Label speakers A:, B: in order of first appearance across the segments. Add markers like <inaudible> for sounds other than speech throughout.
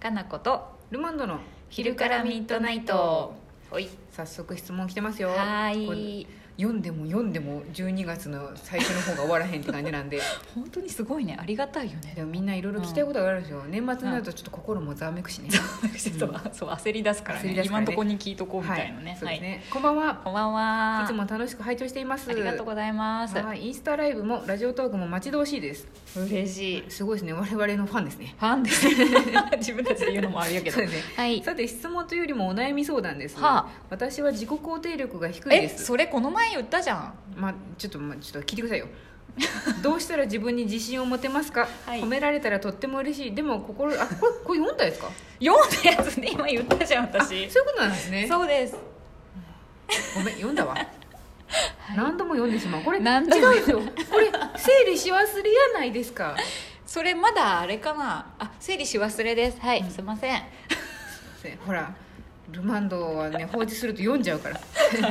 A: かなこと
B: ルマンドの
A: 昼からミッドナイトほい
B: 早速質問来てますよ
A: は
B: これ
A: ーい
B: 読んでも読んでも12月の最初の方が終わらへんって感
A: <laughs>
B: じなんで
A: 本当にすごいねありがたいよね
B: でもみんないろいろ聞きたいことがあるんですよ、年末になるとちょっと心もざわめくしね、
A: そうそう焦り出すから
B: 焦り
A: ね
B: 出すか
A: 今
B: らね
A: んとこに聞いとこうみ
B: は
A: たい
B: い
A: なね
B: そう
A: は
B: です
A: い
B: ね、こんばんは
A: こんばんはい
B: つも楽しく拝聴しています
A: ありがとうございます
B: はいインスタライブもラジオトークも待ち遠しいです
A: 嬉しいフ
B: すごいですね我々のファンですね
A: ァンです
B: <laughs>
A: 自分たちで言うのもあれやけど
B: そうですね
A: はい
B: さて質問というよりもお悩み相談です、
A: はあ
B: 私は自己肯定力が低い
A: え
B: です
A: それこの前言ったじゃん
B: まあちょっとまあちょっと聞いてくださいよ <laughs> どうしたら自分に自信を持てますか、
A: はい
B: 褒められたらとっても嬉しいでも心あこれこれ読んだですか
A: 読んだやつね今言ったじゃん <laughs> 私
B: そういうことなんですね
A: そうです
B: ごめん読
A: <laughs>
B: んだわ、何度も読んでしまうこれ違うん
A: 何
B: で
A: 度も
B: すよこれ整理し忘れやないですか
A: それまだあれかなあ整理し忘れですはい、すいません
B: ねほらルマンドはね放置すると読んじゃうから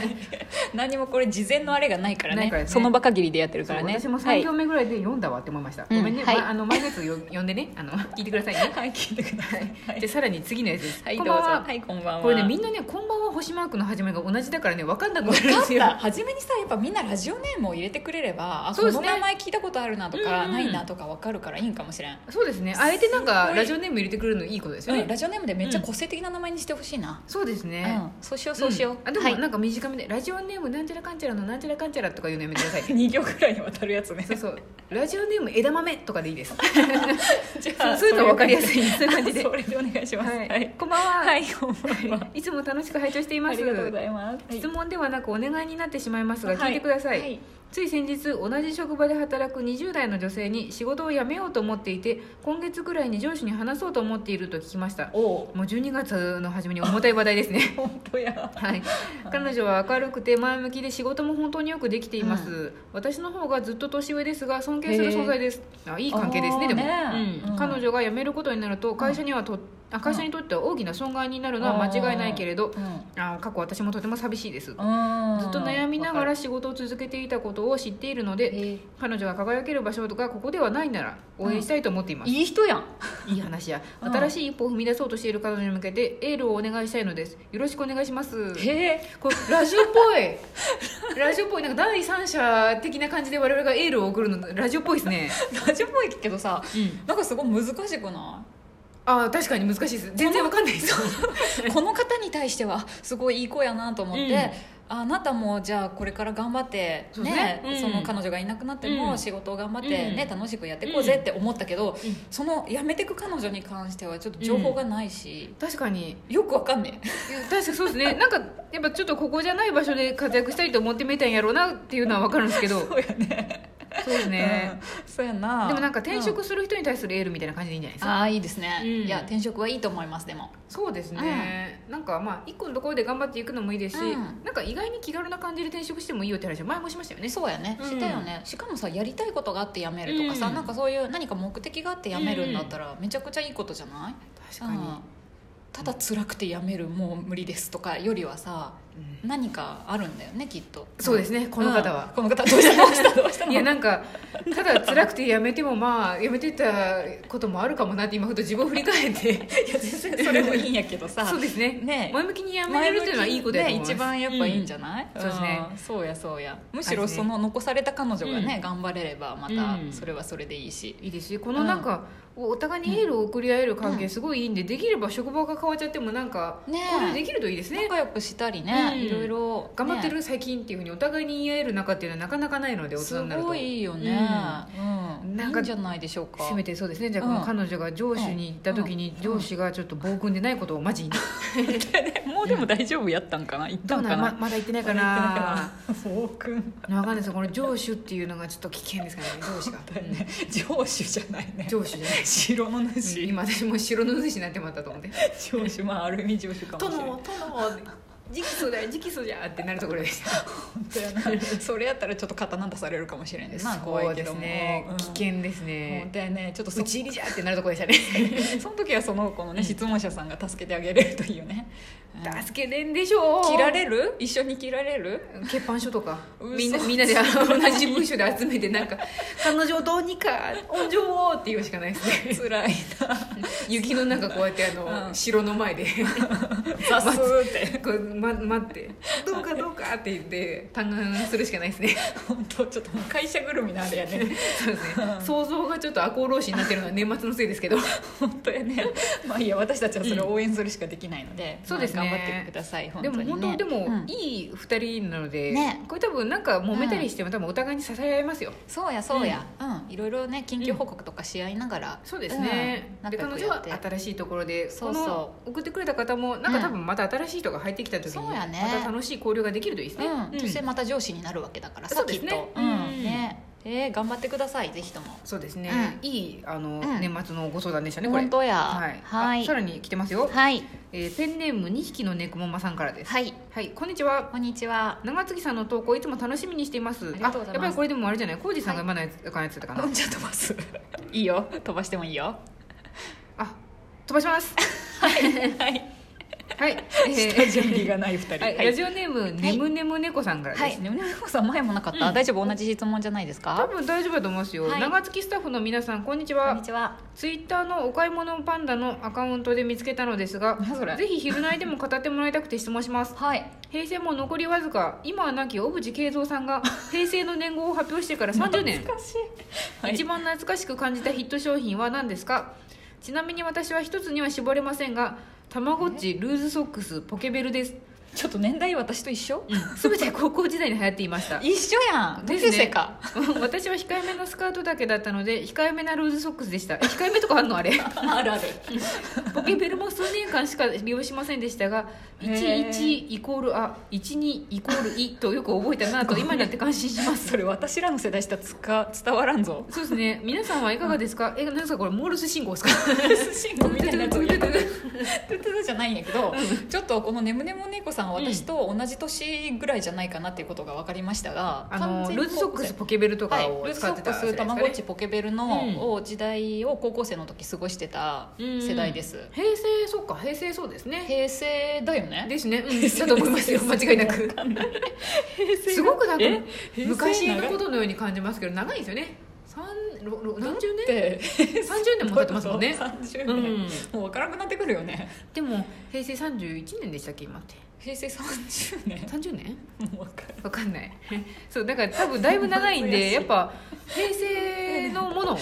A: <laughs> 何もこれ事前のあれがないから
B: な
A: ね
B: いからね
A: その場限りでやってる
B: そ
A: か
B: う
A: らね
B: 私
A: は
B: も3
A: い
B: 行目ぐらいで読んだわって思いました、
A: うん
B: ごめんね、
A: はい
B: まあ、あの前のやつを読んでねあの聞いてくださいね
A: はい聞いてくださいはい
B: じゃあさらに次のやつです、
A: はいど
B: こ
A: うんぞ
B: ばんは、
A: はいこんばんは
B: これねみんなね「こんばんは星マーク」の始めが同じだからね分かんなくなるんです
A: 分
B: よ
A: かった初めにさやっぱみんなラジオネームを入れてくれればあ、
B: そ
A: こ
B: うです
A: の
B: ね
A: 名前聞いたことあるなとか、
B: うん
A: ないなとか分かるからいいんかもしれん、
B: そうですねあえてなんか
A: すごい
B: ラジオネーム入れてくれるのいいことですよね、
A: うんラジオネームでめっちゃ個性的な名前にしてほしいな、
B: そうです
A: う
B: ね
A: ん、そうしようそうしよう、
B: んあでも
A: はい
B: なんか短めで、ラジオネームなんちゃらかんちゃらのなんちゃらかんちゃらとかいうのやめてください
A: <laughs>
B: ね
A: 2行ぐらいにわたるやつね
B: そうそうラジオネーム枝豆とかでいいです
A: <laughs> じ
B: そうそういうの分かりやす
A: い
B: いそういう感じで
A: それでお願いします
B: は、
A: はいい、
B: こんばんは、
A: はい、こんばんは
B: はいいつも楽しく拝聴してい
A: あ
B: ます
A: りがとうございます
B: 質問ではなくお願いになってしまいますが
A: はい
B: 聞いてください、
A: はい
B: つい先日同じ職場で働く20代の女性に仕事を辞めようと思っていて今月くらいに上司に話そうと思っていると聞きました
A: おお
B: もう12月の初めに重たい話題で
A: <laughs>
B: すね
A: 本当や
B: はい、彼女は明るくて前向きで仕事も本当によくできています、私の方がずっと年上ですが尊敬する存在ですあいい関係ですねでも、
A: あーね
B: うん
A: うん
B: 彼女が辞めることになると会社にはと、あ会社にとっては大きな損害になるのは間違いないけれど、
A: うん
B: あ過去私もとても寂しいです、
A: うん
B: ずっと悩みなが
A: わ
B: ら
A: か
B: 仕事を続けていたことを知っているの
A: る
B: で
A: え
B: 彼女が輝ける場所がここではないなら応援したいと思ってい
A: ー
B: ます、
A: いい人やん
B: いい話や
A: うん
B: 新しい一歩を踏み出そうとしている彼女に向けてエールをお願いしたいのですよろしくお願いします
A: へえ
B: これラジオっぽいラジオっぽいなんか第三者的な感じで我々がエールを送るのラジオっぽいですね、
A: ラジオっぽいけどさ
B: うん、
A: なんかすごい難しくな
B: ああ確かに難しいです全然わかんないです
A: い
B: <laughs>
A: この方に対してはすごいいい子やなと思って、
B: うん
A: あなたもじゃあこれから頑張って
B: そうですね
A: ね
B: うん
A: その彼女がいなくなって
B: うん
A: も仕事を頑張って、ね楽しくやっていこうぜって思ったけど、その辞めてく彼女に関してはちょっと情報がないし、
B: 確かに
A: よくわかんねえ
B: 確かにそうですねなんかやっぱちょっとここじゃない場所で活躍したいと思ってみたんやろうなっていうのはわかるんですけどそう
A: <laughs> そうやね
B: ですね、
A: うん <laughs> そうやな
B: でもなんか転
A: う
B: 職する人に対するエールみたいな感じでいいんじゃないですか、
A: ああいいですね、
B: うん
A: いや転職はいいと思いますでも
B: そうですね、なんかまあ一個のところで頑張っていくのもいいですし、
A: うん
B: なんか意外に気軽な感じで転職してもいいよって話は前もしましたよね
A: そうやね
B: うん
A: したよね、しかもさやりたいことがあって辞めるとかさ、
B: うん
A: なんかそういう何か目的があって辞めるんだったらめちゃくちゃいいことじゃない、
B: 確かに、
A: うんただ辛くて辞めるもう無理ですとかよりはさ
B: うん
A: 何かあるんだよねきっと
B: そうですねこの方
A: うん
B: は、
A: この方どうしたどうしたどうしたの
B: いやなんかただ辛くて辞めてもまあ辞めてたこともあるかもなって今ふと自分を振り返って
A: <laughs> いや全 <laughs> 然それもいいんやけどさ
B: そうですね
A: ね
B: 前向きに辞めれるっていうのはいいことやと思います、
A: ね一番やっぱいいんじ
B: ゃ、
A: ゃない、
B: うんそうですね
A: んそうやそうやむしろその残された彼女がね、
B: うん
A: 頑張れればま
B: うん
A: たそれはそれでいいし、
B: いいですしこのなんか、おお互いにエールを送り合える関係すごいいいんで、できれば職場が変わっちゃってもなんか
A: ねえ
B: 交流できるといいですね
A: 仲良くしたりね、
B: うん
A: いろいろ
B: 頑張ってる、
A: ね
B: 最近っていうふうにお互いに言い合える仲っていうのはなかなかないので大
A: す
B: 人になると
A: ごいよね、うん
B: なん
A: い
B: か
A: いんじゃないでしょうか
B: せめてそうですねじゃあこの彼女が上司に行った時に
A: うん
B: 上司がちょっと暴君でないことをマジに
A: <laughs> もうでも大丈夫やったんかな言った
B: どうんな
A: か
B: んま
A: な
B: まだ行ってないかな
A: 暴君
B: 分かんないですよこの上司っていうのがちょっと危険ですからね上司 <laughs> が、
A: だよね上主じゃないね
B: 上司じゃない
A: 城の主、
B: 今私もう白の主になってまったと思って
A: 上主まあある意味上主
B: 「
A: かもし
B: <laughs> 殿
A: れない
B: 殿直訴だよ直訴じゃ」ってなるところでした <laughs>
A: それやったらちょっと刀出されるかもしれないな怖
B: そ
A: いうけ
B: で
A: ど
B: す
A: も、
B: ね
A: うん
B: 危険です
A: 本
B: ね
A: 当やねちょっとそ
B: 打
A: <laughs>
B: ち入りじゃってなるところでしたね
A: その時はその子のね質問者さんが助けてあげれるといいよね、うん
B: <laughs> 助けれんでしょう
A: 着られる一緒に着られる
B: 欠板書とか
A: 嘘
B: みんなみんなであの同じ文書で集め
A: <laughs>
B: てなんか「彼女をどうにか温情を」って言うしかないです
A: <laughs>
B: ね
A: つ
B: <laughs>
A: らいな
B: 雪の中こうやってあの、
A: うん
B: 城
A: <laughs>
B: の前で
A: ザスーって
B: こう、ま、待って「どうかどうか」って言って嘆願するしかないですね
A: 本当ちょっともう会社ぐるみのあれやね
B: <laughs> そうですね想像がちょっと赤穂浪士になってるのは年末のせいですけど
A: 本当やねまあいいや私たちはそれを応援するしかできないので、
B: そうですね
A: まあ頑張ってください <laughs> 本
B: で
A: 当
B: も
A: に、ね、
B: 本当でも、
A: うん
B: いい2人なので、
A: ね
B: これ多分なんか揉めたりしても、多分お互いに支え合いますよ
A: そうやそうや、うんいろいろね緊急報告とかし合いながら、
B: そうですね、
A: うん仲
B: で彼
A: 良く
B: 女
A: やっ
B: は
A: て
B: 新しいところで
A: そうそう
B: この送ってくれた方もなんか多分また新しい人が入ってきた時に、
A: そうやね
B: また楽しい交流ができるといいですね、
A: うん
B: うん
A: そしてまた上司になるわけだからさ
B: そうですね
A: きっと、
B: うん
A: ねえー頑張ってくださいぜひとも
B: そうですね、
A: う
B: いいあの、
A: ん
B: 年末のご相談でしたねこれ
A: 本当や
B: はい、
A: は
B: あ
A: い
B: さらに来てますよ、
A: はい、
B: えーペンネーム2匹の猫ママさんからですはい、
A: はい、
B: こんにちは
A: こんにちは
B: 長月さんの投稿いつも楽しみにしています
A: りがとうございます
B: あやっぱりこれでもあれじゃない浩二さんが今のやつ,、やつだった
A: <laughs>
B: かな、
A: じゃあ飛ばすいいよ飛ばしてもいい
B: <laughs>
A: よ
B: あ飛ばします
A: はい <laughs>
B: はい、えー
A: 下準備がない2人
B: はい、
A: は
B: ラ
A: い
B: ジオネーム、ねむねむ猫さんからです、
A: はいねむねむこさん前もなかった、
B: うん
A: 大丈夫同じ質問じゃないです
B: 多
A: か
B: 分大丈夫だと思いますよ、
A: はい
B: 長月スタッフの皆さんこんにち
A: こん
B: は
A: にちは
B: ツイッターのお買い物パンダのアカウントで見つけたのですが
A: 何それ
B: ぜひ「昼内」でも語ってもらいたくて質問します
A: はい
B: 平成も残りわずか今は亡き小渕恵三さんが
A: <laughs>
B: 平成の年号を発表してから30年
A: 懐かしい、
B: 一番懐かしく感じたヒット商品は何ですかちなみに私は一つには絞れませんがたまごっちルーズソックスポケベルです
A: ちょっと年代私と一緒
B: 全て高校時代に流行っていました
A: 一緒やん同級生か、
B: 私は控えめのスカートだけだったので控えめなルーズソックスでした控えめとかあるのあれ
A: <laughs> あるある
B: ポケベルも数年間しか利用しませんでしたが
A: へー
B: 11イコールあ12イコールいとよく覚えた
A: <laughs>
B: なと今になって感心します
A: それ私らの世代したらつか伝わらん
B: <laughs>
A: ぞ
B: そうですね皆さんはいかがですかえ何ですかこれモールス信号
A: <laughs>
B: ですか
A: シンゴみ <laughs> たいなやつをやってるトゥトゥトゥじゃないんやけど、ちょっとこのねむねむ猫さんは私と同じ年ぐらいじゃないかなっていうことが分かりましたが、
B: あのルーズソックスポケベルと
A: とは
B: か
A: い、
B: を
A: ルーズソ
B: 使っ
A: ッ
B: て
A: ク
B: た
A: ス
B: 世代です
A: た
B: か
A: ま
B: ね
A: ごっちポケベルの、
B: うん
A: を時代を高校生の時過ごしてた世代です、
B: 平成そうか平成そうですね
A: 平成だよね
B: ですね、うん、だと思いますよ間違いなくすごくなんか昔のこととのように感じますけど長いですよね三ろろ何十
A: っ
B: 年
A: て <laughs>
B: 30年も経ってますもんね
A: 30年、
B: うん
A: もう分からなくなってくるよね
B: でも平成31年でしたっけ今って
A: 平成30年
B: 30年
A: もう分から
B: わかんない <laughs> そうだから多分だいぶ
A: <laughs>
B: 長いん
A: 懐かし
B: で
A: い
B: やっぱ平成のもの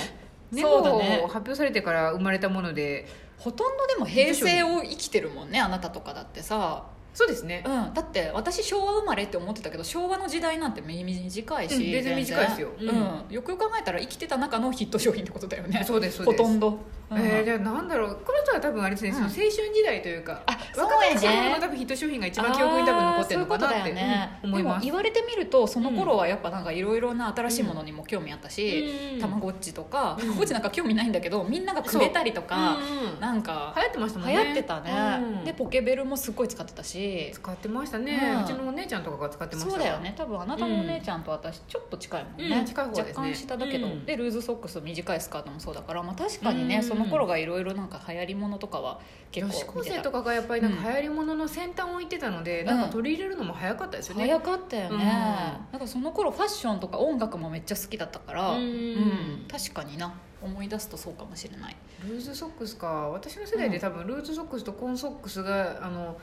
B: 年
A: <laughs> そうだ
B: 号を
A: ね
B: 発表されてから生まれたもので
A: ほとんどでも平成を生きてるもんねあなたとかだってさ、
B: そうですね
A: うん、だって私昭和生まれって思ってたけど昭和の時代なんて短いし、
B: うん全然短いですよ
A: うん
B: う
A: よくよく考えたら生きてた中のヒット商品ってことだよね
B: そうですそう
A: ほ
B: です
A: とんど、うん
B: えー、じゃあなんだろうこの人は多分あれですね、
A: うん
B: その青春時代というか
A: あそう
B: 若
A: や
B: い頃の
A: ね
B: 多分ヒット商品が一番記憶に多分残ってるのかなって
A: あーそういうことだよね、
B: うん思い
A: で
B: ます
A: も言われてみるとその頃はやっぱなんかいろいろな新しいものにも興味あったし、
B: うん
A: たまごっちとか
B: うん
A: たまごっちなんか興味ないんだけどみんながくれたりとか、
B: うんうん
A: なんか
B: 流行ってましたもん
A: 流
B: ね
A: 行ってたね、
B: うん
A: でポケベルもすっごい使ってたし
B: 使ってましたね、
A: うん
B: うちのお姉ちゃんとかが使ってました
A: そうだよね多分あなたのお姉ちゃんと私ちょっと近いもんね,、
B: うん近い方ですね
A: 若干下だけど、
B: うん
A: でルーズソックス短いスカートもそうだから、まあ、確かにね、
B: うん
A: その頃がいろいろなんか流行りものとかは結
B: 女子
A: 構
B: 高
A: 見て
B: 生
A: た
B: とかがやっぱりなんか流行りものの先端を行ってたので、
A: うん
B: なんか取り入れるのも早かったですよね、
A: 早かったよね、
B: うん
A: なんかその頃ファッションとか音楽もめっちゃ好きだったから、
B: うん
A: うん確かにな思い出すとそうかもしれない、
B: ルーズソックスか私の世代で多分ルーズソックスとコーンソックスがあの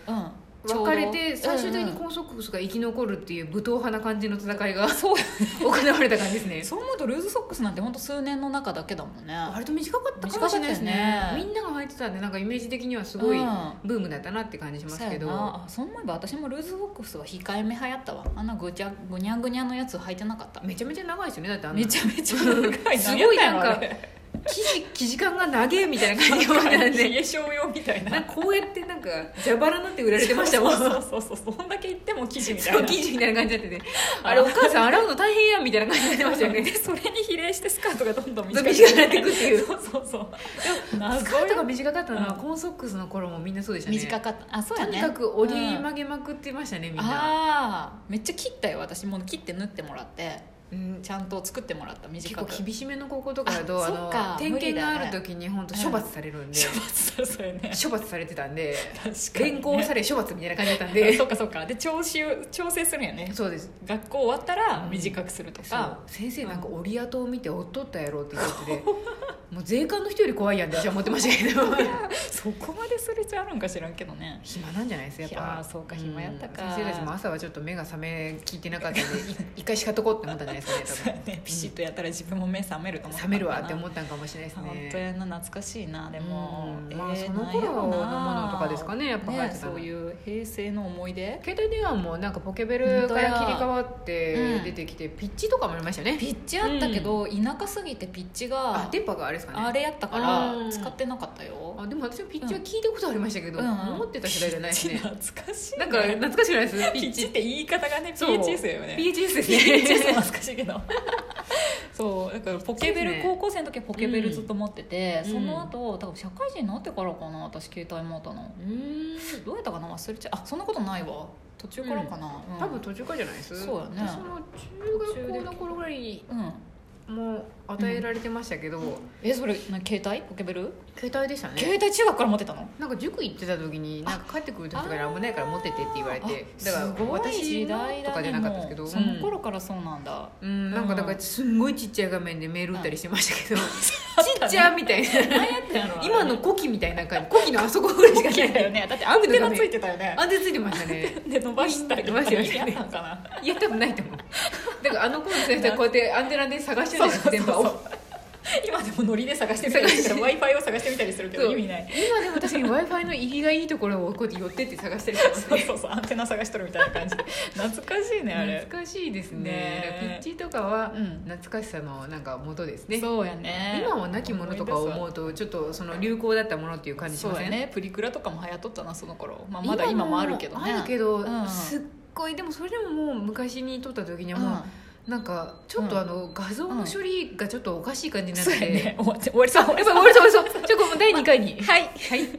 A: うん、
B: 分かれて
A: ちょうど
B: 最終的に
A: うん
B: コーンソックスが生き残るっていう武闘派な感じの戦いが
A: そう
B: <laughs> 行われた感じですね
A: そう思うとルーズソックスなんて本当数年の中だけだもんね
B: 割と短かったかもしれないですね
A: 短かったよね
B: みんなが入ってたんでなんかイメージ的にはすごい
A: うん
B: ブームだったなって感じしますけど、
A: そうやなあそう思えば私もルーズボックスは控えめ流行ったわあんなぐちゃぐにゃぐにゃのやつ履いてなかった
B: めちゃめちゃ長いですよねだってあんな
A: めちゃめちゃ長い
B: <laughs> すご
A: <laughs>
B: いなんか
A: 何やったんやろあれ
B: 生地生地感が長えみたい <laughs> な
A: <laughs>
B: 感じがあったんで
A: 冷え性用みたい
B: なん
A: な
B: かこうやってなんか蛇腹になって売られてましたもん
A: そうそうそうそうそんだけ言っても生地みたい
B: そう
A: な
B: 生地みたいな感じになってて
A: あ
B: あれお母さん洗うの大変やんみたいな感じになってましたよ
A: で
B: ね
A: それに比例してスカートがどんどん
B: そ
A: 短
B: う
A: く
B: 短くなっていくっていう
A: そうそうそう
B: スカートが
A: が
B: 短かったのは
A: うん
B: コーンソックスの頃もみんなそうでしたね
A: 短かったあそう
B: と
A: やね
B: にかく折り曲げまくってましたねみんな
A: ああめっちゃ切ったよ私もう切って縫ってもらって
B: うん
A: ちゃんと作ってもらった
B: 結
A: 短
B: 構
A: く
B: 厳しめの高校とかだと
A: あ
B: あ
A: そ
B: の
A: っか
B: 点検がある
A: 無理だね
B: 時に本当処罰され
A: <laughs>
B: るんで、
A: 処罰だそれね
B: 処罰されてたんで
A: 確かに、
B: 連行さ
A: れ
B: れ処罰みたいな感じだったん
A: て <laughs>
B: で
A: そっかそっかで調整調整するんやね
B: そうです
A: 学校終わったら短くするとか、
B: そう先生なんか折り跡を見て追っとったやろって言って
A: <laughs>
B: てもう税関の人より怖いやんって私は思ってましたけど
A: そこまでする必要あるんか知らんけどね
B: 暇なんじゃないですかやっ
A: いや
B: ぱ
A: ーそうか暇やったか
B: うん先生たちも朝はちょっと目が覚め聞いてなかったん
A: <laughs>
B: でい一回叱っとこうって思ったんじゃないです
A: そ
B: か
A: う
B: ね
A: やねピシッとやったら自分も目覚めると思
B: 多
A: っ
B: 分
A: た
B: 覚めるわって思ったんかもしれないです
A: 本当
B: ね
A: やな懐かしいなでも、
B: うん
A: えー
B: まあその頃のものとかですかねやっぱ入っ
A: ね
B: てたの
A: そういう平成の思い出
B: 携帯電話もなんかポケベルから切り替わって
A: うん
B: 出てきてピッチとかもありましたよね
A: ピッチあったけど、田舎すぎてピッチ
B: あ
A: が
B: 電波があれですか
A: あ
B: ね
A: れやったか
B: うん
A: ら使ってなかったよ、
B: あでも私もピッチは聞いたことありましたけど
A: うんうん
B: 持ってた世代じゃないですね
A: ピッチ懐かしい、ね、
B: なんか懐かしくないです
A: ピ
B: ピ
A: ッチ
B: ッチ
A: って言い方がね
B: そう
A: PHS だよね
B: PHS ですね
A: PHS も懐かしいけど <laughs> そうだからポケベル、
B: そうですね
A: 高校生の時はポケベルずっと持ってて、
B: うん
A: その後多分社会人になってからかな私携帯持ったの
B: <laughs> うーん
A: どうやったかな忘れちゃうあそんなことないわ途中からかな、うん
B: 多分途中からじゃないです
A: そうだね
B: 私も中学校の頃ぐらいに
A: うん
B: もう与えられてましたけど、
A: えそれな携帯ポケベル
B: 携帯でしたね
A: 携帯中学から持ってたの
B: なんか塾行ってた時になんか帰ってくる時から危ないから持ってってって言われて
A: あ
B: だから
A: すごい
B: 私
A: 時代
B: と
A: だ
B: かじ
A: ね
B: ゃなかったですけ
A: も
B: ど
A: うその頃からそうなんだ
B: うん、うんなんかだからすんごいちっちゃい画面でメール打ったりしてましたけど、 <laughs> ちっちゃみたいな今の古希みたいな感じ古希のあそこぐらいし
A: <laughs>
B: か
A: 綺麗だ
B: な
A: よ
B: い
A: ねだってアンテナついてたよね
B: あんでついてましたね
A: で伸ばしたり
B: 伸ばしたり
A: 意味あったんかない
B: や多分ないと思うだからあの頃の先生はこうやってアンテナで探してるんですよ電波を
A: 今でもノリで探してみたりして w i f i を探してみたりするけど
B: そう
A: 意味ない
B: 今でも確かに w i f i の入りがいいところをこうやって寄ってって探したりしてます
A: そう
B: ね
A: そうそうアンテナ探しとるみたいな感じで懐かしいねあれ
B: 懐かしいですね
A: ね
B: だからピッチとかは
A: うん
B: 懐かしさのなんか元ですね、
A: そうやね
B: 今はなきものとかを思うとちょっとその流行だったものっていう感じし
A: そう
B: ませ
A: や
B: ん
A: ねプリクラとかも流行っとったなその頃、まあ、まだ今もあるけどね
B: あるけど、
A: うん
B: すっごいでもそれでももう昔に撮った時には
A: う
B: も
A: ん
B: う、なんかちょっとあの画像の処理がちょっとおかしい感じになっ
A: そう
B: て、
A: やね終わっちゃ終わりそう
B: やっぱり終わりそう終わりそうちょっとこう第2回に
A: はい
B: はい